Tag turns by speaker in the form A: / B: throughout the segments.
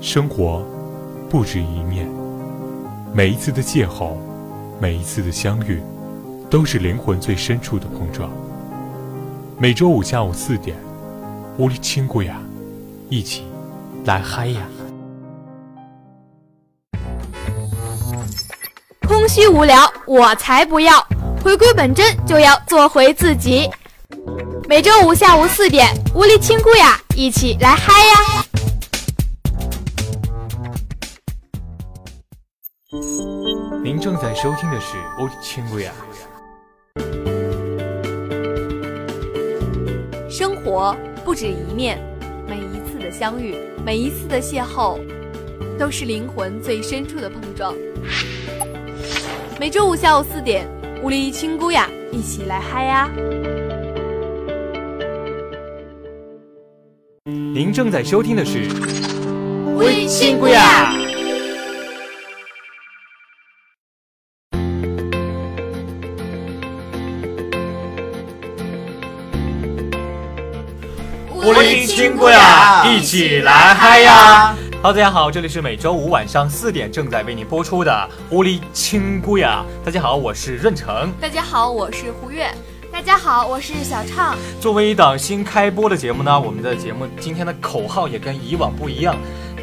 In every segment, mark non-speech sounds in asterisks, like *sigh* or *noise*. A: 生活不止一面，每一次的邂逅，每一次的相遇，都是灵魂最深处的碰撞。每周五下午四点，乌里亲姑呀，一起来嗨呀！
B: 空虚无聊，我才不要！回归本真，就要做回自己。每周五下午四点，乌力亲姑呀，一起来嗨呀！
A: 您正在收听的是乌里亲姑呀。
C: 生活不止一面，每一次的相遇，每一次的邂逅，都是灵魂最深处的碰撞。每周五下午四点，乌力亲姑呀，一起来嗨呀！
A: 您正在收听的是
B: 乌力亲姑呀。
D: 乌力亲姑呀，一起来嗨呀！
A: Hello，大家好，这里是每周五晚上四点正在为您播出的《乌力亲姑呀》。大家好，我是润成。
C: 大家好，我是胡月。
B: 大家好，我是小畅。
A: 作为一档新开播的节目呢，我们的节目今天的口号也跟以往不一样，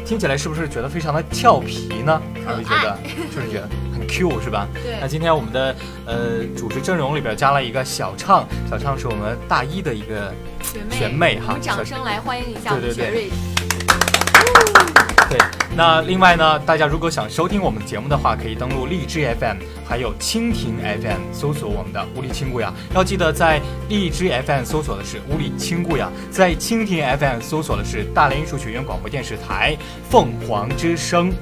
A: 听起来是不是觉得非常的俏皮呢？
C: 可爱
A: 你们觉得就是觉得很 Q 是吧？
C: *laughs* 对
A: 那今天我们的呃主持阵容里边加了一个小畅，小畅是我们大一的一个
C: 学妹，
A: 学妹哈
C: 我们掌声来欢迎一下我们
A: 对对
C: 学
A: 对
C: 瑞。
A: 对，那另外呢，大家如果想收听我们节目的话，可以登录荔枝 FM，还有蜻蜓 FM，搜索我们的乌力亲故呀。要记得在荔枝 FM 搜索的是乌力亲故呀，在蜻蜓 FM 搜索的是大连艺术学院广播电视台凤凰之声。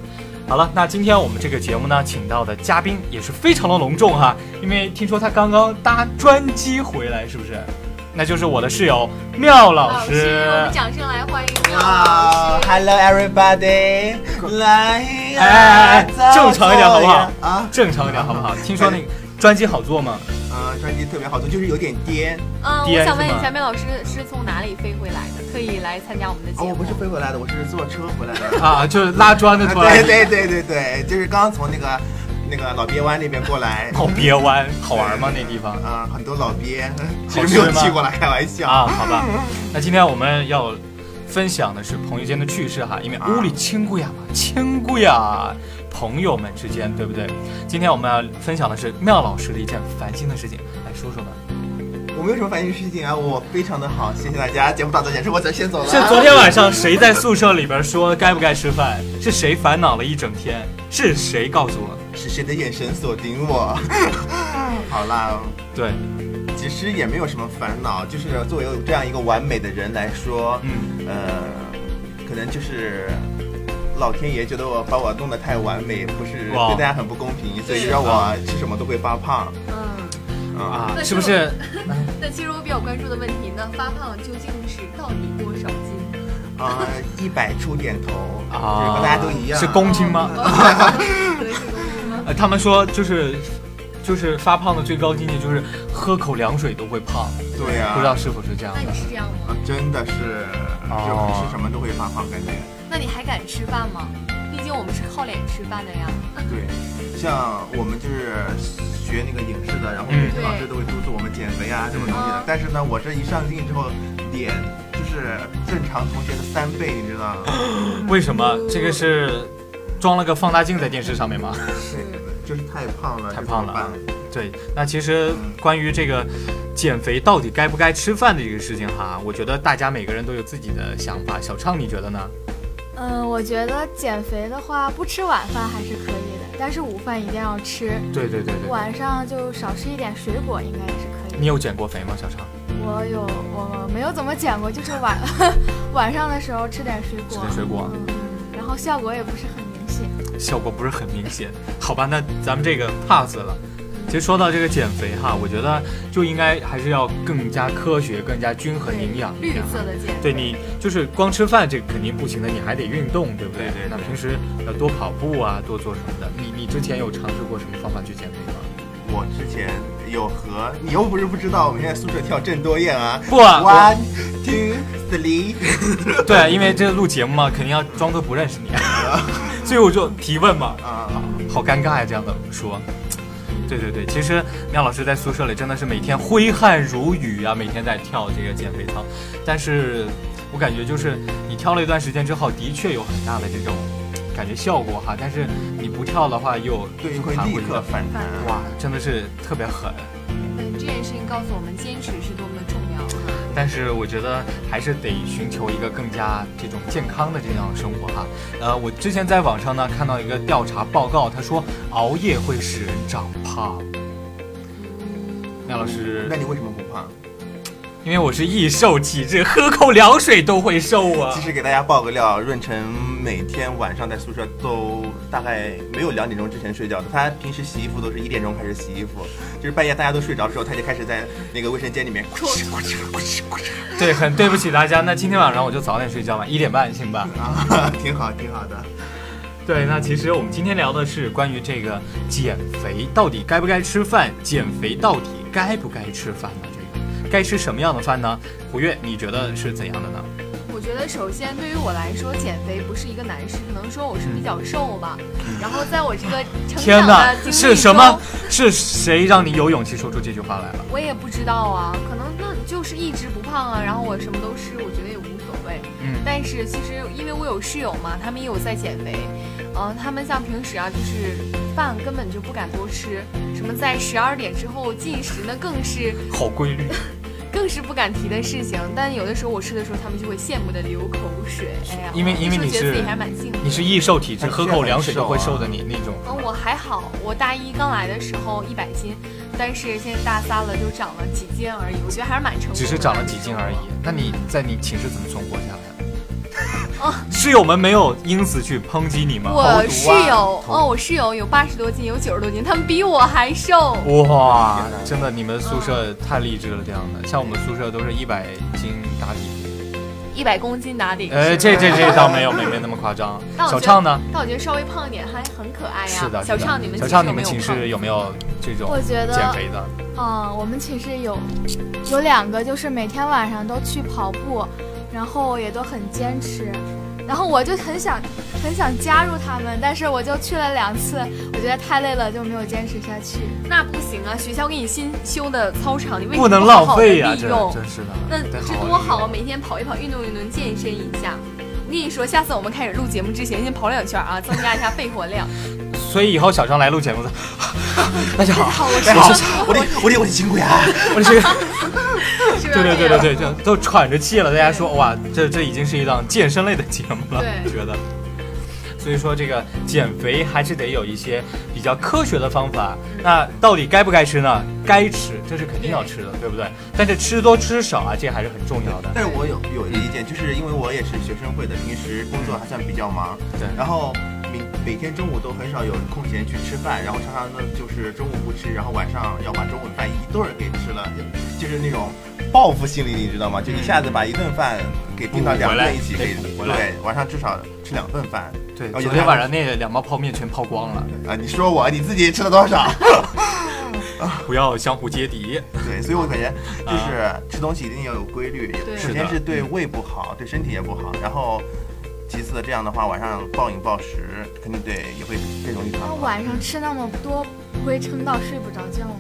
A: 好了，那今天我们这个节目呢，请到的嘉宾也是非常的隆重哈，因为听说他刚刚搭专机回来，是不是？那就是我的室友妙老师。
C: 我们掌声来欢迎妙
D: 啊
C: 老师。
D: ，Hello everybody，来呀，
A: 哎哎哎
D: 走
A: 正常一点好不好
D: 走呀啊，
A: 正常一点好不好？听说那个专辑好做吗？
D: 啊，专辑特别好听，就是有点颠。
C: 嗯，
A: 第一
C: 我想问
A: 啊是吗
C: 一下，妙老师是从哪里飞回来的？可以来参加我们的
D: 哦，
C: 节目。
D: 我不是飞回来的，我是坐车回来
A: *laughs*
D: 的。
A: 啊，就是拉砖的
D: 啊
A: 出来
D: 对，对对对对，就是刚从那个那个老鳖湾那边过
A: *laughs*
D: 来。
A: 好别弯，好玩吗？那地方
D: 啊，很多老鳖，
A: 好
D: 其实没
A: 吃
D: 有
A: 吗
D: 去过啦，开玩笑
A: 啊，。好吧。那今天我们要分享的是朋友间的趣事哈，因为屋里亲姑呀嘛，亲姑呀，朋友们之间对不对？今天我们要分享的是妙老师的一件烦心的事情，来说说吧。
D: 我没有什么烦心事情啊，我非常的好，谢谢大家。节目到此结束，我先走了。
A: 是昨天晚上谁在宿舍里边说该不该吃饭？是谁烦恼了一整天？是谁告诉我？
D: 是谁的眼神锁定我？ *laughs* 好啦，
A: 对，
D: 其实也没有什么烦恼，就是作为这样一个完美的人来说，
A: 嗯，
D: 呃，可能就是老天爷觉得我把我弄得太完美，不是
A: 哇
D: 对大家很不公平，所以
C: 对
D: 让我吃什么都会发胖。
C: 嗯，
D: 啊、
A: 啊，
C: 那
A: 是不
C: 是
A: 是？
C: 那其实我比较关注的问题呢，发胖究竟是到底多少斤？
D: 啊，一百出点头
A: 啊
D: 就是和大家都一样。
A: 是公斤吗？ *laughs*
C: *laughs* 可哦能是公斤吗？
A: 呃，他们说就是就是发胖的最高境界就是喝口凉水都会胖，
D: 对呀、
A: 不知道是否是这样
C: 那
A: 的
C: 你？是这样吗？
D: 啊真的是，
A: 哦
D: 就吃什么都会发胖，感觉。
C: 那你还敢吃饭吗？毕竟我们是靠脸吃饭的呀。
D: 对，像我们就是学那个影视的，然后每
A: 嗯
D: 天老师都会督促我们减肥啊，什么东西的
C: 嗯。
D: 但是呢，我这一上镜之后，脸就是正常同学的三倍，你知道吗？
A: 为什么？这个是装了个放大镜在电视上面吗？ *laughs*
D: 对，就是太胖了，
A: 太胖
D: 这怎么
A: 了
D: 办。
A: 对，那其实关于这个减肥到底该不该吃饭的这个事情哈，我觉得大家每个人都有自己的想法。小畅，你觉得呢？
E: 嗯，我觉得减肥的话，不吃晚饭还是可以的，但是午饭一定要吃，
A: 对对对对，
E: 晚上就少吃一点水果，应该也是可以
A: 你
E: 的。
A: 有减过肥吗？小畅，
E: 我有，我没有怎么减过，就是晚 *laughs* 晚上的时候吃点水
A: 吃
E: 果
A: 点，水果，
E: 嗯，然后效果也不是很明显。
A: 效果不是很明显。好吧， *laughs* 那咱们这个 pass 了。其实说到这个减肥哈，我觉得就应该还是要更加科学、更加均衡营养一
C: 绿
A: 点哈。
C: 色的减。
A: 对你就是光吃饭这个肯定不行的，你还得运动，对不对？
D: 对对对
A: 那平时要多跑步啊，多做什么的。你你之前有尝试过什么方法去减肥吗？
D: 我之前有和你又不是不知道，我们现在宿舍跳郑多燕啊 *laughs*
A: 不啊
D: ，One Two Three，
A: 对，因为这个录节目嘛，肯定要装作不认识你， *laughs* 所以我就提问嘛，
D: 啊，
A: 好尴尬呀，这样的说。对对对，其实妙老师在宿舍里真的是每天挥汗如雨啊，每天在跳这个减肥操，但是我感觉就是你跳了一段时间之后，的确有很大的这种感觉效果哈，但是你不跳的话又
D: 对，
A: 反
D: 会
A: 弹
D: 立
A: 回去
D: 刻
A: 的，
D: 反弹。
A: 哇，真的是特别狠。
C: 嗯，这件事情告诉我们坚持是多么的重要。啊
A: 但是我觉得还是得寻求一个更加这种健康的这样的生活哈。呃，我之前在网上呢看到一个调查报告，他说熬夜会使人长胖。廖老师
D: 那，你为什么不胖？
A: 因为我是易瘦体质，喝口凉水都会瘦啊
D: 其。实给大家爆个料，润成每天晚上在宿舍都大概没有两点钟之前睡觉的。他平时洗衣服都是一点钟开始洗衣服，就是半夜大家都睡着之后，他就开始在那个卫生间里面咕哧咕哧咕哧咕哧
A: 对，很对不起大家。那今天晚上我就早点睡觉吧，一点半行吧？
D: 啊， *laughs* 挺好，挺好的。
A: 对，那其实我们今天聊的是关于这个减肥到底该不该吃饭，减肥到底该不该吃饭呢？这个该吃什么样的饭呢？胡月，你觉得是怎样的呢？
C: 我觉得首先对于我来说，减肥不是一个难事，可能说我是比较瘦吧。然后在我这个成
A: 嗯天
C: 长
A: 哪
C: 的经，历
A: 是什
C: 中
A: 么？是谁让你有勇气说出这句话来了？
C: 我也不知道啊，可能那就是一直不胖啊，然后我什么都吃，我觉得也无所谓。
A: 嗯
C: 但是其实因为我有室友嘛，他们也有在减肥，嗯、他们像平时啊，就是饭根本就不敢多吃，什么在十二点之后进食呢，更是
A: 好规律，
C: 更是不敢提的事情。但有的时候我吃的时候，他们就会羡慕的流口水。哎呀，
A: 因为因为
C: 就
A: 你
C: 觉得自
A: 是
C: 己还蛮幸福的。
A: 你是易瘦体质，
D: 他是
A: 喝口凉水就会瘦啊哦的你那种。
C: 嗯，我还好，我大一刚来的时候一百斤，但是现在大三了就长了几斤而已，我觉得还是蛮成功的。
A: 只是长了几斤而已。那你在你寝室怎么存活下来 *laughs* 的？室友们没啊有因此去抨击你吗？
C: 我室友
A: 投毒啊
C: 哦，我室友有八十多斤，有九十多斤，他们比我还瘦。
A: 哇，真的，你们宿舍太励志了，这样的，像我们宿舍都是一百斤打底。
C: 一百公斤打底。
A: 呃，这这这倒没有，没没那么夸张。小畅呢？
C: 但我觉得稍微胖一点还很可爱呀。
A: 是的，
C: 小
A: 是的
C: 畅你们
A: 小畅你
C: 有
A: 们
C: 没有
A: 寝
C: 胖
A: 室有没有这种
E: 我觉得
A: 减肥的？
E: 嗯，我们寝室有有两个，就是每天晚上都去跑步，然后也都很坚持。然后我就很想很想加入他们，但是我就去了两次，我觉得太累了，就没有坚持下去。
C: 那不行啊，学校给你新修的操场，你为什么
A: 不能
C: 好
A: 浪
C: 好地
A: 费呀，
C: 利
A: 这
C: 用
A: 真是的。
C: 那
A: 得
C: 这
A: 好
C: 多
A: 利
C: 好
A: 用
C: 啊！每天跑一跑，运动运动，健身一下。我跟你说，下次我们开始录节目之前，先跑两圈啊，增加一下肺活量。
A: 所以以后小张来录节目的， *laughs* 大
C: *laughs*
A: 家好，
C: 好，我
A: 大家好，
D: 我得我得我的辛苦呀！ *laughs*
A: 我是。
C: 是不是
A: 对对对
C: 这
A: 对
C: 样
A: 对，就都喘着气了。大家说哇，这这已经是一档健身类的节目了，
C: 对
A: 觉得。所以说这个减肥还是得有一些比较科学的方法。那到底该不该吃呢？该吃，这是肯定要吃的，对不对？但是吃多吃少啊，这还是很重
D: *laughs*
A: 要的。
D: 但是我有有一个意见，就是因为我也是学生会的，平时工作还算比较忙，
A: 对
D: 然后每每天中午都很少有空闲去吃饭，然后常常呢就是中午不吃，然后晚上要把中午的饭一顿儿给吃了，就是那种报复心理，你知道吗？就一下子把一顿饭给盯到两顿一起给
A: 补回来
D: 对，晚上至少吃两顿饭
A: 对，
D: 哦
A: 昨
D: 有的
A: 天
D: 还
A: 晚上那两包泡面全泡光了，
D: 啊！你说我你自己吃了多
A: *laughs*
D: 少？
A: 不要相互揭底。
D: 对，所以我感觉就是吃东西一定要有规律
C: 对，
D: 首先是对胃不好，对身体也不好，然后其次这样的话晚上暴饮暴食，肯定对也会更容易
E: 那
D: 胖。
E: 晚上吃那么多，不会撑到睡不着觉吗？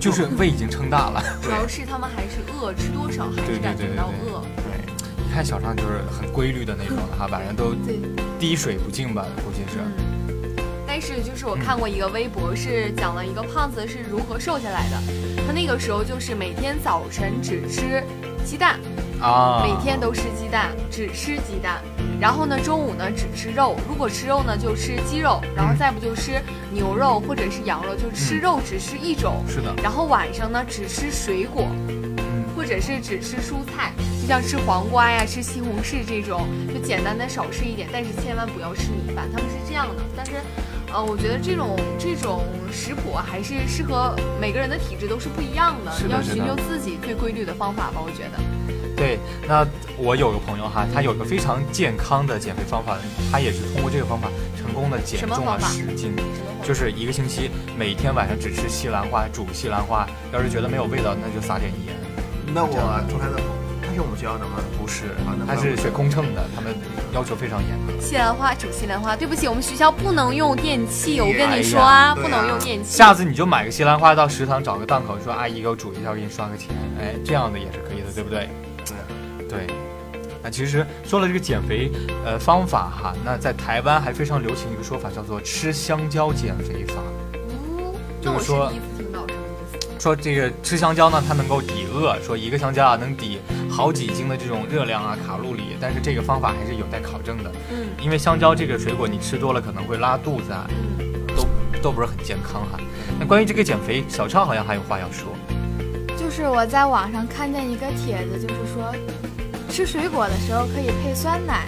A: 就是胃已经撑大了。
C: 主要是他们还是饿，吃多少还
A: 对对
C: 是感
A: 对
C: 觉
A: 对
C: 到
A: 对
C: 饿。
D: 对，
A: 你看小畅就是很规律的那种了哈，晚上都
E: 对
A: 滴水不进吧，估计是。
C: 嗯，但是就是我看过一个微博，是讲了一个胖子是如何瘦下来的。他那个时候就是每天早晨只吃鸡蛋，
A: 啊，
C: 每天都吃鸡蛋，只吃鸡蛋。然后呢，中午呢只吃肉，如果吃肉呢就吃鸡肉，然后再不就吃牛肉或者是羊肉，就吃
A: 嗯
C: 肉只吃一种。
A: 是的，
C: 然后晚上呢只吃水果，
A: 嗯，
C: 或者是只吃蔬菜，就像吃黄瓜呀、吃西红柿这种，就简单的少吃一点，但是千万不要吃米饭，他们是这样的。但是，呃，我觉得这种这种食谱啊还是适合每个人的体质都是不一样的，
A: 是的
C: 你要
A: 是的
C: 寻求自己最规律的方法吧，我觉得。
A: 对，那我有个朋友哈，他有个非常健康的减肥方法，他也是通过这个方法成功的减
C: 什么
A: 重
C: 方
A: 了
C: 法
A: 十斤，就是一个星期每天晚上只吃西兰花，煮西兰花，要是觉得没有味道，那就撒点盐。
D: 那我住他的朋友，他是我们学校的吗？
A: 不是
D: 啊那，
A: 他
D: 不
A: 是
D: 然
A: 学空乘的，他们要求非常严格。
C: 西兰花煮西兰花，对不起，我们学校不能用电器，我跟
D: 哎
C: 你
D: 呀
C: 说啊，
D: 对啊
C: 不能用电器。
A: 下次你就买个西兰花到食堂找个档口说阿姨给我煮一下，我给你刷个钱，哎，这样的也是可以的，对不对？对。那其实说了这个减肥呃方法哈，那在台湾还非常流行一个说法叫做吃香蕉减肥法，
C: 哦，
A: 就是
C: 那我是
A: 说
C: 第一次听到这个意思。
A: 说这个吃香蕉呢，它能够抵饿，说一个香蕉啊能抵好几斤的这种热量啊卡路里，但是这个方法还是有待考证的，
C: 嗯
A: 因为香蕉这个水果你吃多了可能会拉肚子啊，
C: 嗯，
A: 都不是很健康哈。那关于这个减肥，小超好像还有话要说。
E: 就是我在网上看见一个帖子，就是说吃水果的时候可以配酸奶，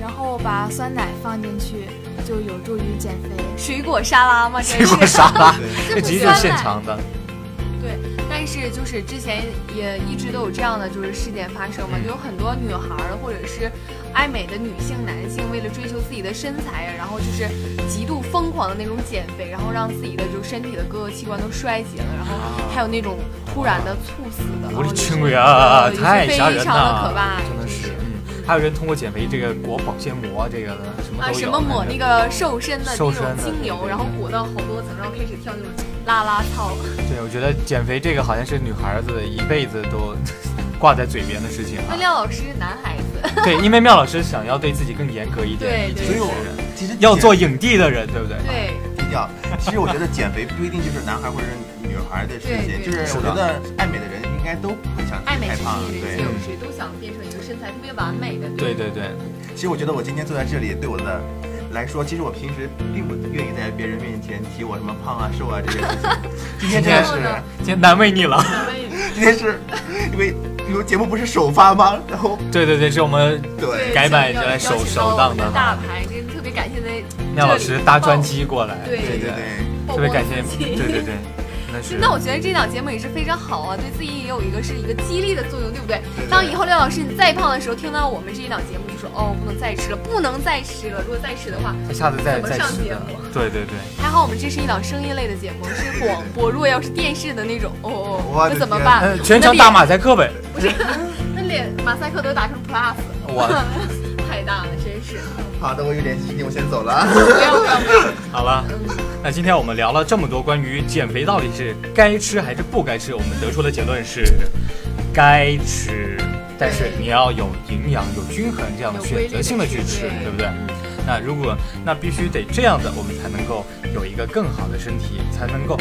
E: 然后把酸奶放进去，就有助于减肥。
C: 水果沙拉吗？这
A: 水
C: 是。
A: 果沙拉，
D: 对，
A: 这直接就是现成的。
C: 但是就是之前也一直都有这样的就是事件发生嘛，
A: 嗯
C: 就有很多女孩儿或者是爱美的女性、男性，为了追求自己的身材啊，然后就是极度疯狂的那种减肥，然后让自己的就是身体的各个器官都衰竭了，然后还有那种突然的猝死
A: 我
C: 的，然后
A: 的
C: 也
A: 亲
C: 是
A: 鬼啊，
C: 呃也是
A: 太吓人
C: 非常的可
A: 了
C: 怕，，啊
A: 真的是。
C: 是。
A: 嗯，还有人通过减肥这个裹保鲜膜，这个呢什么都
C: 啊，
A: 有。
C: 什么抹那个瘦身的那
A: 瘦
C: 种
A: 身的
C: 精
A: 对对
C: 油，
A: 对
C: 然后裹到好多层，然后开始跳那种啦啦
A: *laughs*
C: 操。
A: 对，我觉得减肥这个好像是女孩子一辈子都 *laughs* 挂在嘴边的事情
C: 那
A: 啊。
C: 廖老师是男孩子，
A: 对，因为妙老师想要对自己更严格一点，
C: 对
A: 已经
C: 对
D: 所以
A: 是
D: 我其实
A: 要做影帝的人，对不对？
C: 对。
D: 低调。其实我觉得减肥不一定就是男孩或者是女孩的事
C: 对
D: 情，
C: 对
D: 就是
A: 是
D: 我
A: 的
D: 觉得爱美的人应该都不会想
C: 爱
D: 自
C: 美
D: 己太
C: 之
D: 胖。
C: 心，谁
D: 对
A: 嗯，
C: 有谁都想变成一个身材特别完美的。
A: 对对对，
D: 其实我觉得我今天坐在这里，对我的来说，其实我平时并不愿意在别人面前提我什么胖啊、瘦啊这些
C: *laughs*
D: 事情。今天真的
A: 今
D: 是
A: 天，今天难为你了。
D: 今天是因为因为节目不是首发吗？然后
A: 对对对，是我们
D: 对，
A: 改版
C: 就
A: 就来
C: 邀
A: 首
C: 请到
A: 首当
C: 我们
A: 的
C: 大
A: 哈
C: 牌，真的特别感谢在
A: 妙老师搭专机过来，
C: 对
D: 对
A: 这
D: 对
A: 个
D: 对。
C: *laughs*
A: 特别感谢，对对
C: 对。
A: 对，那是。
C: *laughs* 那我觉得这档节目也是非常好啊，对自己也有一个是一个激励的作用，对不对？
D: 对对
C: 当以后廖老师你再胖的时候，听到我们这一档节目，就说哦，不能再吃了，不能再吃了。如果再吃的话，
A: 他下次再
C: 怎么
A: 再
C: 上
A: 吃
C: 节
A: 的
C: 目，啊
A: 对对对。
C: 还好我们这是一档声音类的节目，是广播。如果要是电视的那种，哦哦
A: *laughs*
D: 我，
C: 那
D: 的
C: 怎么
D: 天
C: 办？
A: 嗯，全程打马赛
C: *laughs*
A: 克呗。
C: 那脸马赛克都打成 plus，
A: 我
C: 太大了，真
A: *laughs*
C: 是。
D: 好的，我有点事情，我先走了啊。
C: 不要不要不要！
A: 好了，那今天我们聊了这么多关于减肥到底是该吃还是不该吃，我们得出的结论是该吃，但是你要有营养、有均衡这样的
C: 有规律
A: 选择性的去
C: 地
A: 吃
C: 吃，对
A: 对不对？那如果那必须得这样的，我们才能够有一个更好的身体，才能够。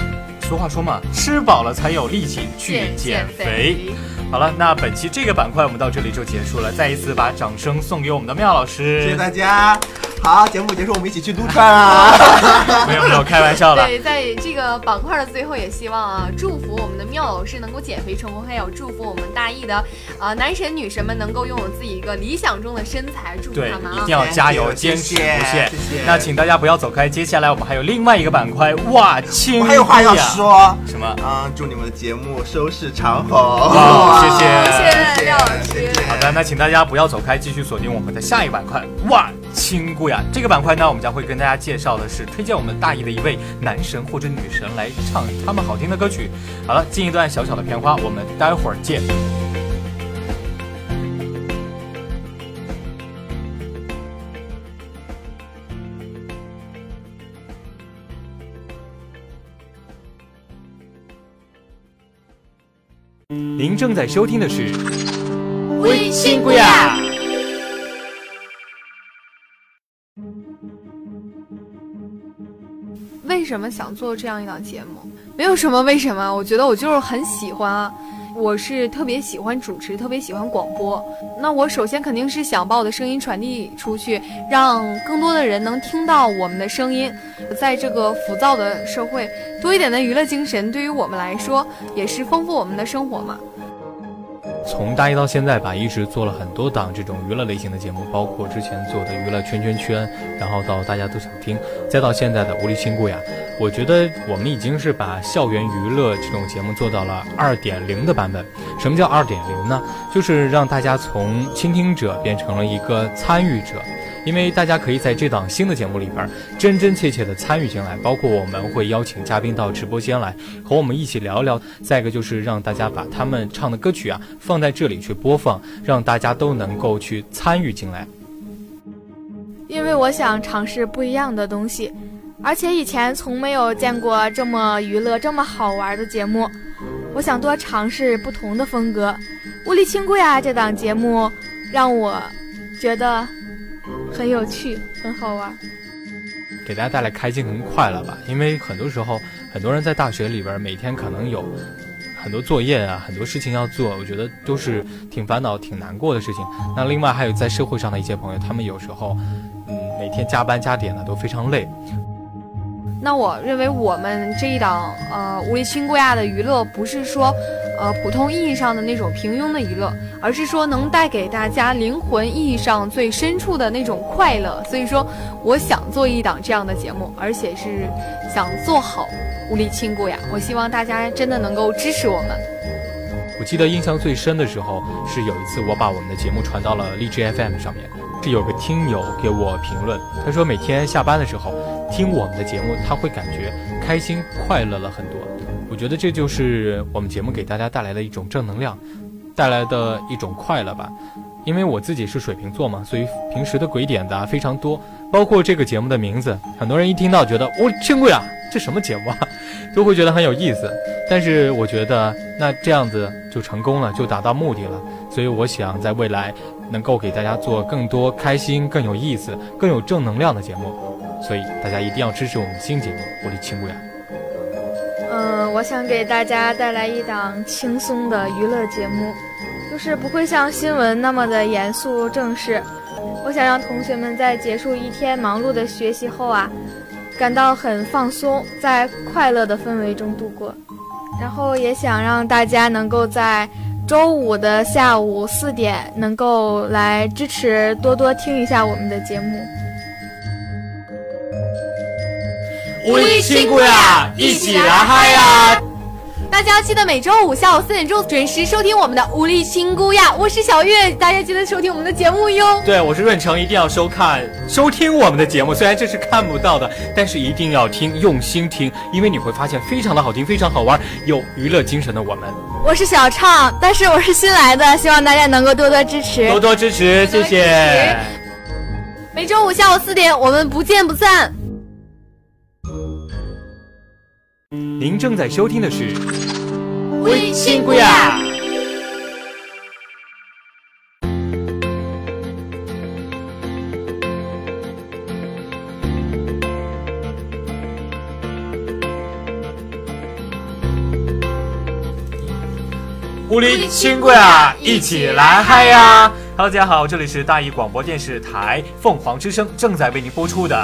A: 俗话说嘛，吃饱了才有力气去减肥。好了，那本期这个板块我们到这里就结束了。再一次把掌声送给我们的妙老师，
D: 谢谢大家。好，节目结束，我们一起去撸串啊！
A: *laughs* 没有没有，开玩笑了。
C: 对，在这个板块的最后，也希望啊，祝福我们的妙老师能够减肥成功，还有祝福我们大一的啊、呃男神女神们能够拥有自己一个理想中的身材，祝福
A: 对，
C: 他们
A: 一
C: 啊
A: 定！要加油，坚
D: 谢
A: 持
D: 谢
A: 不懈
D: 谢谢。
A: 那请大家不要走开，接下来我们还有另外一个板块，哇，亲，啊
D: 我还有话
A: 哎
D: 要，说。
A: 什么？
D: 嗯，祝你们的节目收视长虹。
A: 哇谢谢
C: 谢谢廖老师
D: 谢谢
A: 好的，那请大家不要走开，继续锁定我们的下一板块“哇亲姑呀”。这个板块呢，我们将会跟大家介绍的是推荐我们大一的一位男神或者女神来唱他们好听的歌曲。好了，进一段小小的片花，我们待会儿见。您正在收听的是。
B: 微信姑呀。
C: 为什么想做这样一档节目？没有什么为什么，我觉得我就是很喜欢啊。我是特别喜欢主持，特别喜欢广播。那我首先肯定是想把我的声音传递出去，让更多的人能听到我们的声音。在这个浮躁的社会，多一点的娱乐精神，对于我们来说也是丰富我们的生活嘛。
A: 从大一到现在吧，一直做了很多档这种娱乐类型的节目，包括之前做的娱乐圈圈圈，然后到大家都想听，再到现在的无力新故呀。我觉得我们已经是把校园娱乐这种节目做到了二点零的版本。什么叫二点零呢？就是让大家从倾听者变成了一个参与者。因为大家可以在这档新的节目里边儿真真切切的参与进来，包括我们会邀请嘉宾到直播间来和我们一起聊一聊。再一个就是让大家把他们唱的歌曲啊放在这里去播放，让大家都能够去参与进来。
E: 因为我想尝试不一样的东西，而且以前从没有见过这么娱乐、这么好玩的节目。我想多尝试不同的风格，《无力亲贵啊》这档节目让我觉得很有趣、很好玩。
A: 给大家带来开心跟快乐吧。因为很多时候，很多人在大学里边儿每天可能有很多作业啊，很多事情要做，我觉得都是挺烦恼、挺难过的事情。那另外还有在社会上的一些朋友，他们有时候，嗯，每天加班加点的都非常累。
C: 那我认为我们这一档呃无力亲贵亚的娱乐，不是说呃普通意义上的那种平庸的娱乐，而是说能带给大家灵魂意义上最深处的那种快乐。所以说，我想做一档这样的节目，而且是想做好无力亲贵亚。啊我希望大家真的能够支持我们。
A: 我记得印象最深的时候是有一次我把我们的节目传到了荔枝 FM 上面，是有个听友给我评论，他说每天下班的时候听我们的节目，他会感觉开心快乐了很多。我觉得这就是我们节目给大家带来的一种正能量，带来的一种快乐吧。因为我自己是水瓶座嘛，所以平时的鬼点子啊非常多，包括这个节目的名字，很多人一听到觉得我亲贵啊，这什么节目啊， *laughs* 都会觉得很有意思。但是我觉得那这样子就成功了，就达到目的了。所以我想在未来能够给大家做更多开心、更有意思、更有正能量的节目。所以大家一定要支持我们新节目《我的亲姑呀
E: 嗯，我想给大家带来一档轻松的娱乐节目，就是不会像新闻那么的严肃正式。我想让同学们在结束一天忙碌的学习后啊，感到很放松，在快乐的氛围中度过。然后也想让大家能够在周五的下午四点能够来支持多多听一下我们的节目。》，
A: 我的亲姑呀，一起来嗨呀！
C: 大家记得每周五下午四点钟准时收听我们的无力亲姑呀，啊我是小月，大家记得收听我们的节目哟。
A: 对，我是润成，一定要收看、收听我们的节目。虽然这是看不到的，但是一定要听，用心听，因为你会发现非常的好听，非常好玩，有娱乐精神的我们，
E: 我是小畅，但是我是新来的，希望大家能够多多支持。
A: 多多支持，谢谢。
C: 每周五下午四点，我们不见不散。
A: 您正在收听的是《
C: 微信姑
A: 啊
C: 呀》。
A: 乌力亲贵啊，一起来嗨呀！Hello，大家好，这里是大邑广播电视台凤凰之声正在为您播出的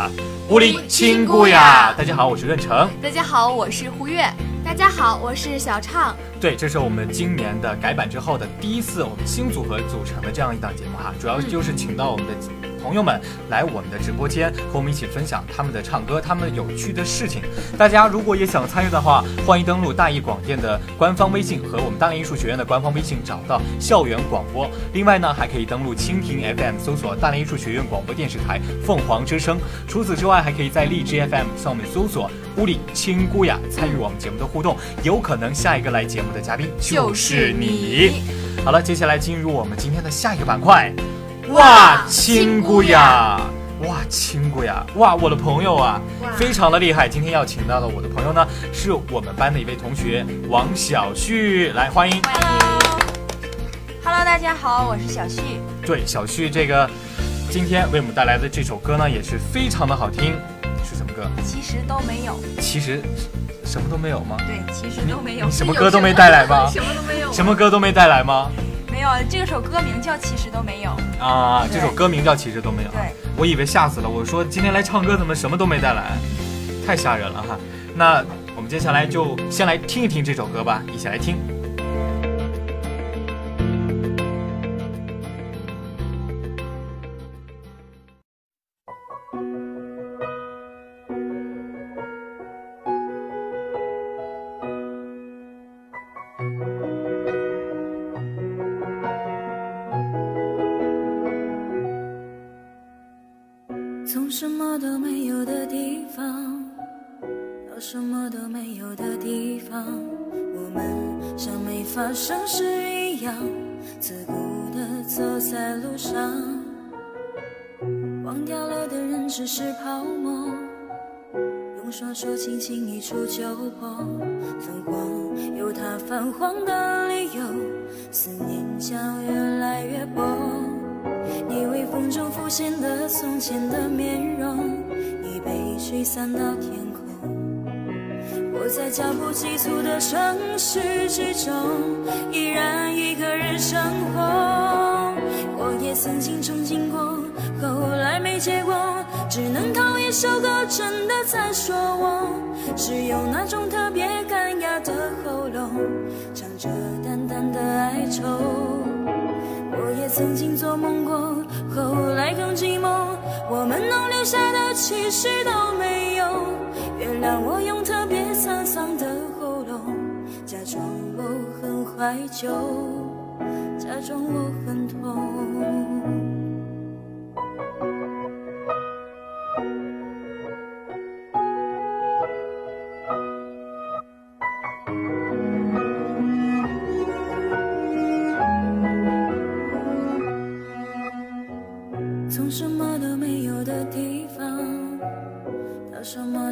A: 《乌力亲贵呀》。大家好，我是任成。
C: 大家好，我是胡月。
E: 大家好，我是小畅。
A: 对，这是我们今年的改版之后的第一次，我们新组合组成的这样一档节目哈，主要就是请到我们的朋友们来我们的直播间，和我们一起分享他们的唱歌，他们有趣的事情。大家如果也想参与的话，欢迎登录大艺广电的官方微信和我们大连艺术学院的官方微信，找到校园广播。另外呢，还可以登录蜻蜓 FM 搜索大连艺术学院广播电视台凤凰之声。除此之外，还可以在荔枝 FM 上面搜索“屋里亲姑呀”，参与我们节目的互动，有可能下一个来节目的嘉宾就是你。好了，接下来进入我们今天的下一个板块。哇，亲姑呀！哇，亲姑呀！哇，我的朋友啊，非常的厉害。今天要请到的我的朋友呢，是我们班的一位同学王小旭，来欢迎。
F: Hello，大家好，我是小旭。
A: 对，小旭这个今天为我们带来的这首歌呢，也是非常的好听，是什么歌？
F: 其实都没有，
A: 其实什么都没有吗？
F: 对，其实都没有
A: 你，什么歌都没带来吗？
F: 什么都没有，
A: 什么歌都没带来吗？
F: 没有。这首歌名叫《其实都没有》，
A: 啊，
F: 对
A: 这首歌名叫《其实都没有》。啊
F: 对，
A: 我以为吓死了，我说今天来唱歌怎么什么都没带来，太吓人了哈。那我们接下来就先来听一听这首歌吧，一起来听。
F: 《
G: 么都没有的地方，到什么都没有的地方，我们像没发生事一样，自顾地走在路上。忘掉了的人只是泡沫，用双手轻轻一触就破。风光有它泛黄的理由，思念将越来越薄。你微风中浮现的从前的面容，已被吹散到天空。我在脚步急促的城市之中，依然一个人生活。我也曾经憧憬过，后来没结果，只能靠一首歌真的在说我，只有那种特别干哑的喉咙，唱着淡淡的哀愁。我也曾经做梦过，后来更寂寞。我们能留下的其实都没有。原谅我用特别沧桑的喉咙，假装我很怀旧，假装我很痛。从什么都没有的地方到什么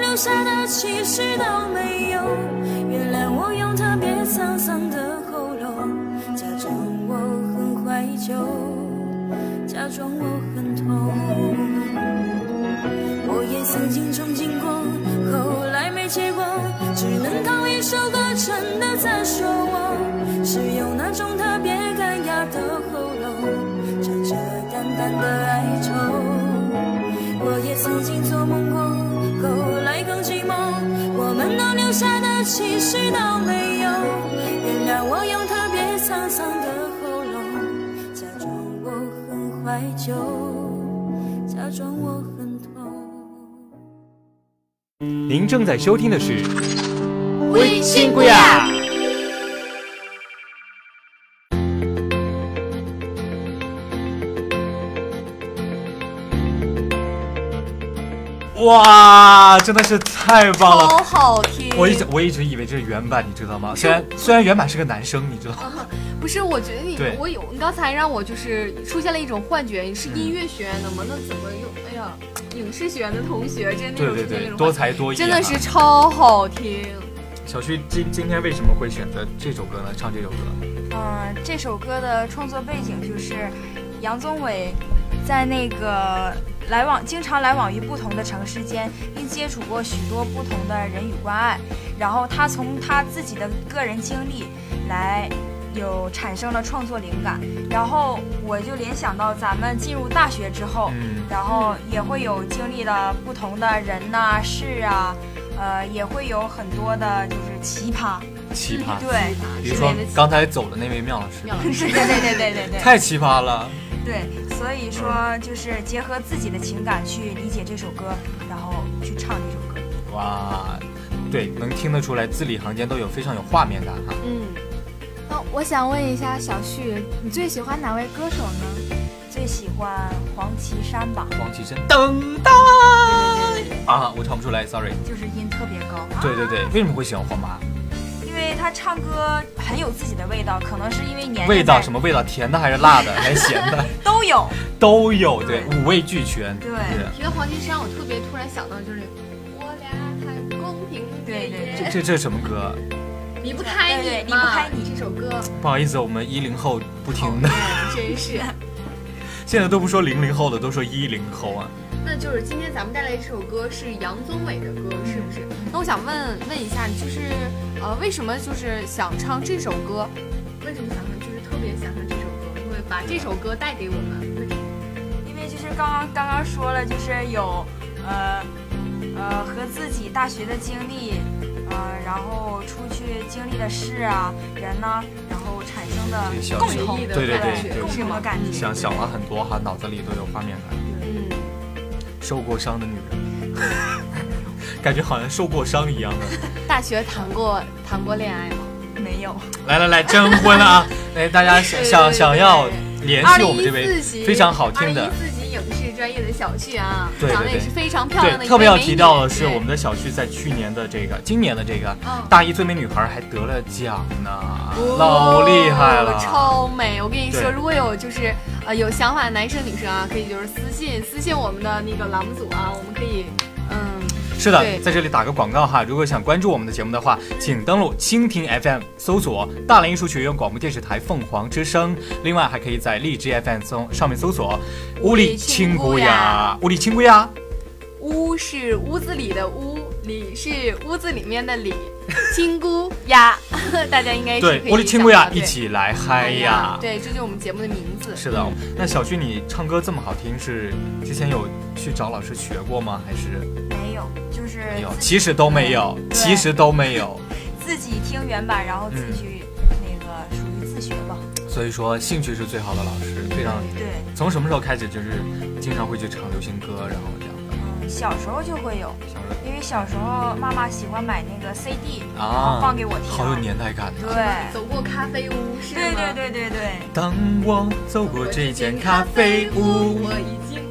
G: 留下的其实都没有。原谅我用特别沧桑的喉咙，假装我很怀旧，假装我很痛。我也曾经憧憬过，后来没结果，只能靠一首歌真的在说我，是用那种特别干哑的喉咙，唱着淡淡的哀愁。我也曾经做梦过，后来更寂寞，我们能留下的其实都没有。原谅我用特别沧桑的喉咙，假装我很怀旧。假装我很痛。
A: 您正在收听的是
B: 微信姑呀。
A: 哇，真的是太棒了！
C: 超好听。
A: 我一直我一直以为这是原版，你知道吗？虽然虽然原版是个男生，你知道吗？
C: 不是，我觉得你
A: 对
C: 我有，你刚才让我就是出现了一种幻觉，你是音乐学院的吗？那怎么又哎呀，影视学院的同学真的
A: 对
C: 有
A: 对
C: 出现那
A: 对，
C: 种
A: 多
C: 幻觉，
A: 才多艺、啊，
C: 真的是超好听。
A: 小旭今今天为什么会选择这首歌呢？唱这首歌，
F: 嗯，这首歌的创作背景就是杨宗纬在那个来往经常来往于不同的城市间，并接触过许多不同的人与关爱，然后他从他自己的个人经历来有产生了创作灵感，然后我就联想到咱们进入大学之后，
A: 嗯，
F: 然后也会有经历了不同的人呐、事啊，呃，也会有很多的就是奇葩，
A: 奇葩，
F: 对，
A: 比如说
C: 是那个
A: 刚才走的那位妙老师，
C: 妙老
F: *laughs* 对对对对对对。
A: 太奇葩了。
F: 对，所以说就是结合自己的情感去理解这首歌，然后去唱这首歌。
A: 哇，对，能听得出来字里行间都有非常有画面感哈。
C: 嗯，
E: 那哦我想问一下小旭，你最喜欢哪位歌手呢？
F: 最喜欢黄绮珊吧，
A: 黄绮珊，等待啊，我唱不出来，sorry。
F: 就是音特别高，
A: 对对对，为什么会喜欢黄妈？
F: 因为她他唱歌很有自己的味道，可能是因为年
A: 味道什
F: 么
A: 么味道，甜的还是辣的，还是咸的
F: 都有。
A: 都有，对，五味俱全。
F: 对
C: 提到黄绮珊，我特别突然想到就是我俩很公平
F: 对对
A: 这这这什么歌？
C: 离不开
F: 对对
C: 你
F: 离
C: 嘛，
F: 不开你
C: 这首歌，
A: 不好意思，我们一零后不听的，
C: 啊真 *laughs* 是。
A: 现在都不说零零后的，都说一零后啊。
C: 那就是今天咱们带来这首歌是杨宗纬的歌，是不是？嗯那我想问问一下，就是呃，为什么就是想唱这首歌？为什么想唱？就是特别想唱这首歌，会把这首歌带给我们。为什么
F: 因为就是刚刚刚刚说了，就是有呃呃和自己大学的经历，呃，然后出去经历的事啊，人呢、然后产生的
A: 这小
F: 共
A: 学
F: 同
A: 对对对
F: 共
A: 对，
F: 同的感觉。
A: 想想了很多哈，脑子里都有画面
C: *laughs*
A: 感。
C: 嗯，
A: 受过伤的女人， *laughs* 感觉好像受过伤一样啊的。
C: 大学谈过谈过恋爱吗？
F: 没有，
A: *laughs* 来来来，征婚了
C: *laughs*
A: 啊！哎，大家想想想要联系我们这
C: 二零
A: 位
C: 一四级
A: 非常好听的
C: 二零，一四级影视专业的小旭啊，
A: 对对
C: 长得也
A: 对
C: 是非常漂亮的
A: 对，
C: 一位美女，
A: 特别要提到的是，
C: 对
A: 我们的小旭在去年的这个，今年的这个
C: 嗯
A: 大一最美女孩还得了奖呢，
C: 哦
A: 老厉害了。
C: 超美！我跟你说，
A: 对
C: 如果有就是呃有想法的男生女生啊，可以就是私信私信我们的那个栏目组啊，我们可以嗯
A: 是的
C: 对，
A: 在这里打个广告哈，如果想关注我们的节目的话，请登录蜻蜓 FM 搜索大连艺术学院广播电视台凤凰之声，另外还可以在荔枝 FM 搜上面搜索“
C: 屋
A: 屋
C: 里
A: 里
C: 亲
A: 亲
C: 姑
A: 姑
C: 呀
A: 呀”，屋里亲姑呀。
C: 屋是屋子里的屋，里是屋子里面的里， *laughs* 亲姑呀， *laughs* 大家应该是
A: 对
C: 哎可，以
A: 我的亲姑呀
C: 想，到
A: 一起来嗨
C: 对
A: 呀！
C: 对，这就是我们节目的名字。
A: 是的，那小旭，你唱歌这么好听，是之前有去找老师学过吗？还是
F: 没有，就是
A: 没有？
F: 自己
A: 其实都没有，
F: 呃对
A: 其实都没有。
F: 自己听原版，然后自
A: 嗯
F: 己去那个属于自学吧。
A: 所以说，兴趣是最好的老师。非常，
F: 对，
A: 从什么时候开始就是经常会去唱流行歌，然后这样的？
F: 嗯，小时候就会有，
A: 小时
F: 因为小时候妈妈喜欢买那个 CD，
A: 候
F: 然后
A: 啊，
F: 放给我听。
A: 好有年代感
F: 对
A: 啊！，
C: 走过咖啡屋是吗？
F: 对对对对对。
A: 当我走过这间咖啡屋，
C: 我已经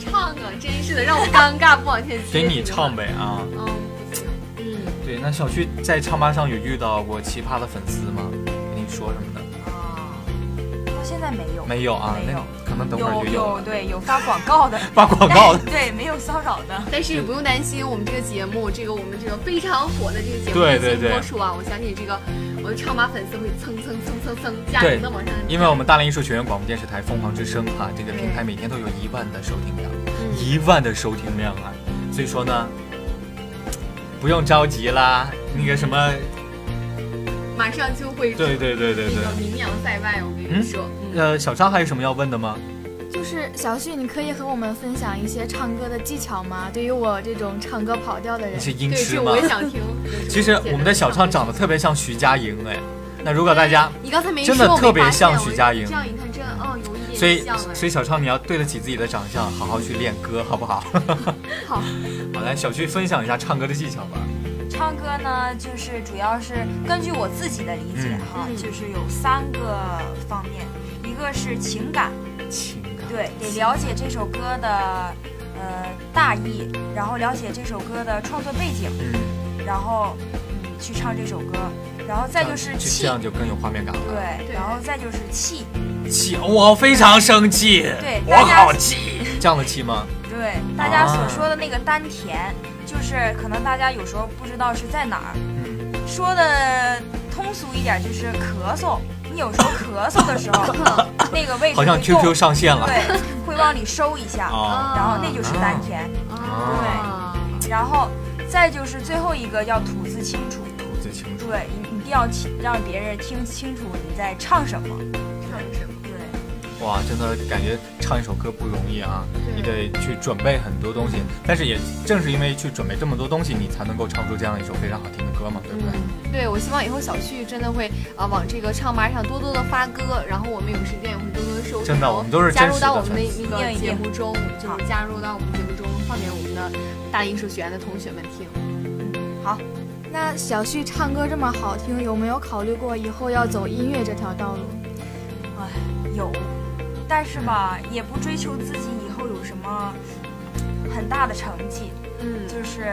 C: 唱了，真是的，让我尴尬，不往前接。
A: 给你唱呗啊！
C: 嗯，不行嗯。
A: 对，那小旭在唱吧上有遇到过奇葩的粉丝吗？跟你说什么的？
F: 啊，到现在没有，
A: 没有啊，
F: 没
A: 那
F: 有，
A: 可能等会儿
F: 有
A: 就
F: 有
A: 了。
F: 对有发广告的，
A: 发 *laughs* 广告
F: 但是对没有骚扰的，
C: 但是不用担心，我们这个节目，这个我们这个非常火的这个节目
A: 对
C: 一经
A: 对对
C: 播出啊，我相信这个我们唱吧粉丝会蹭蹭蹭蹭蹭加油的往上涨，
A: 因为我们大连艺术学院广播电视台凤凰之声哈、啊这个
C: 对
A: 平台每天都有一万的收听量，
C: 嗯
A: 一万的收听量啊，所以说呢，不用着急啦，那个什么，
C: 马上就会
A: 对对对对
C: 那个
F: 嗯
A: 对，
C: 名扬在外，我跟你说，嗯，
A: 呃，小张还有什么要问的吗？
E: 就是小旭，你可以和我们分享一些唱歌的技巧吗？对于我这种唱歌跑调的人
A: 你，是音
C: 对，
A: 痴
C: 这
A: 吗
C: 我？也想
A: *laughs*
C: 听。
A: 其实我们的小唱长得特别像徐佳莹哎，那如果大家，
C: 你刚才没
A: 真
C: 说
A: 的
C: 我没
A: 特别
C: 发现
A: 像
C: 我
A: 徐佳莹
C: 这样一看，真的哦，有一点
A: 所以
C: 像哎
A: 所以小唱你要对得起自己的长相，好好去练歌，好不好？
C: 好，
A: *laughs* 好来小旭分享一下唱歌的技巧吧。
F: 唱歌呢，就是主要是根据我自己的理解
A: 嗯
F: 哈，
C: 嗯
F: 就是有三个方面，一个是情感，
A: 情感。
F: 对，得了解这首歌的呃大意，然后了解这首歌的创作背景，
A: 嗯，
F: 然后嗯去唱这首歌，然后再就是
A: 这
F: 气
A: 这，样就更有画面感了。
F: 对，
C: 对
F: 然后再就是气，
A: 气，我非常生气，
F: 对
A: 我
F: 大家
A: 好气，这样的气吗？
F: 对，大家所
A: 啊
F: 说的那个丹田，就是可能大家有时候不知道是在哪儿。
A: 嗯，
F: 说的通俗一点就是咳嗽，你有时候咳嗽的时
A: *laughs*
F: 候，那个位置
A: 好像
F: 会动
A: QQ 上线了。
F: 对，会往里收一下，
A: 哦，
F: 然后那就是丹田，
C: 啊，
F: 然后再就是最后一个要吐字清楚，
A: 我最清楚。
F: 对，你一定要听让别人听清楚你在唱什么，
C: 唱什么？
F: 对，
A: 哇，真的感觉唱一首歌不容易啊，你得去准备很多东西，但是也正是因为去准备这么多东西，你才能够唱出这样一首非常好听的歌嘛，对不对？
C: 嗯，对，我希望以后小旭真的会啊、往这个唱吧上多多的发歌，然后我们有时间也会多多地收听，
A: 真的我们都是
C: 加
A: 真
C: 入
A: 实的
C: 到我们的
A: 粉丝
C: 那个
F: 一定一定
C: 节目中，就是加入到我们节目中，放给我们的大艺术学院的同学们听。
E: 那小旭唱歌这么好听，有没有考虑过以后要走音乐这条道路？
F: 有，但是吧，也不追求自己以后有什么很大的成绩，
C: 嗯，
F: 就是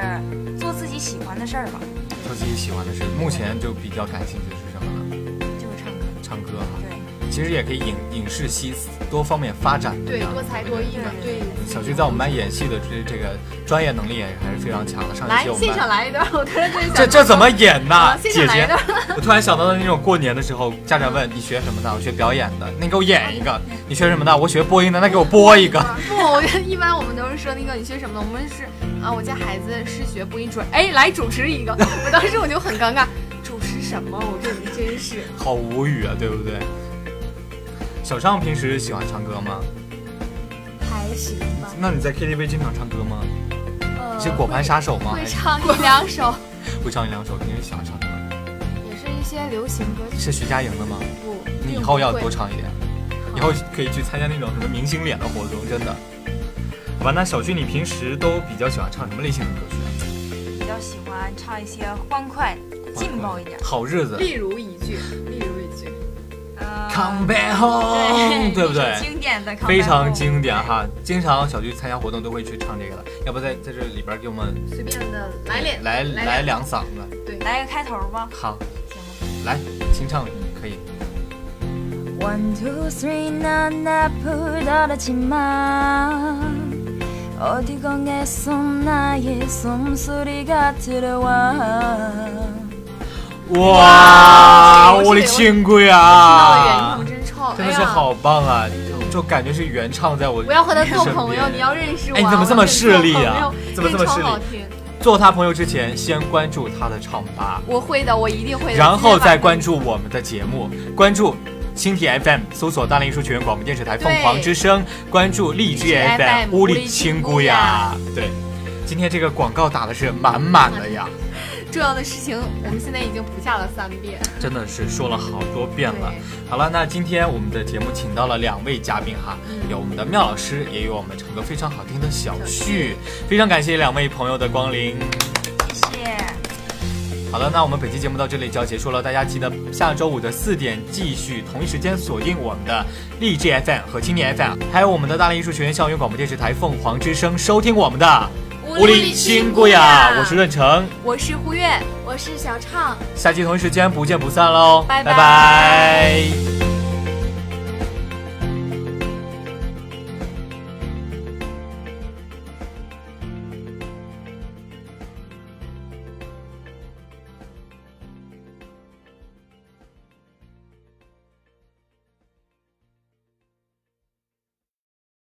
F: 就是做自己喜欢的事儿吧，
A: 做自己喜欢的事。目前就比较感兴趣的是什么呢？
F: 就是唱歌。
A: 唱歌哈，
F: 对，
A: 其实也可以影影视系多方面发展的
C: 对，
A: 这样
C: 多才多艺嘛，对。
A: 小徐在我们班演戏的这这个专业能力也还是非常强的。上一
C: 来
A: 期，我们
C: 现场
A: 班
C: 来一段，我突然间想，
A: 这这怎么演呐，
C: 啊现场
A: 姐
C: 来一
A: 姐
C: 段？
A: 我突然想到了那种过年的时候，家长问你学什么的，我学表演的，那你给我演一个；你学什么的，我学播音的，那给我播一个。
C: 不，我觉得一般我们都是说那个你学什么的，我们是啊，我家孩子是学播音主任，哎，来主持一个，我当时我就很尴尬，主持什么？我这人真
F: *laughs*
C: 是，
A: 好无语啊，对不对？小尚平时喜欢唱歌吗？
H: 还行吧。
A: 那你在 KTV 经常唱歌吗？
C: 呃
A: 你是果盘杀手吗？
C: 会
A: 还是
C: 唱一两首，
A: 会唱一两首，平时喜欢唱歌。
C: 也是一些流行歌曲。
A: 是徐佳莹的吗？
C: 不，
A: 你以
C: 并
A: 后要
C: 不会
A: 多唱一点，以后可以去参加那种什么明星脸的活动，真的。好吧，那小俊，你平时都比较喜欢唱什么类型的歌曲啊？
F: 比较喜欢唱一些欢快、劲爆一点。
A: 好日子
C: 例如一句，例如一句，
F: 呃
A: ，Come back home，对不
F: *laughs*
A: 对
F: 一首？嗯经典的，
A: 非常经典。哈，经常小俊参加活动都会去唱这个的。要不在在这里边给我们
C: 随便的来点，
A: 来
C: 来
A: 来两嗓子，
F: 来个开头吧，
A: 好，
F: 行吗？
A: 来清唱可以。
G: One, two, three, 나 나쁘 다르지만 어디건에서 나의 숨소리가 들려와
A: 哇，
C: 我是
A: 我的
C: 我
A: 亲贵
C: 到原
A: 啊
C: 唱！真臭，
A: 真的是
C: 哎呀。
A: 好棒啊！就就感觉是原唱在我
C: 我要和他做
A: 身
C: 朋友，
A: 边
C: 你要认识我啊。
A: 哎你怎么这么
C: 我跟做
A: 势利啊
C: 朋友
A: 怎么这么势
C: 真
A: 利
C: 超好听，
A: 做他朋友之前，先关注他的唱吧，
C: 我会的，我一定会的。
A: 然后
C: 今天晚
A: 再
C: 上
A: 关注我们的节目，关注。蜻蜓 FM 搜索大连艺术学院广播电视台凤凰之声，关注荔枝
C: 荔枝
A: FM
C: FM
A: 乌里青姑呀。对，今天这个广告打的是满满的呀，
C: 重要的事情，我们现在已经不下了三遍。
A: 真的是说了好多遍了
C: 对。
A: 好了，那今天我们的节目请到了两位嘉宾哈，有我们的妙老师，也有我们唱歌非常好听的小旭，非常感谢两位朋友的光临。
F: 谢谢。
A: 好了，那我们本期节目到这里就要结束了，大家记得下周五的四点继续同一时间锁定我们的励志 FM 和青年 FM，还有我们的大连艺术学院校园广播电视台凤凰之声，收听我们的
C: 无理
A: 新
C: 新
A: 姑
C: 姑
A: 呀
C: 呀，
A: 我是润成，
C: 我是胡月。
H: 我是小畅。
A: 下期同一时间不见不散喽，
C: 拜
A: 拜
C: 拜
A: 拜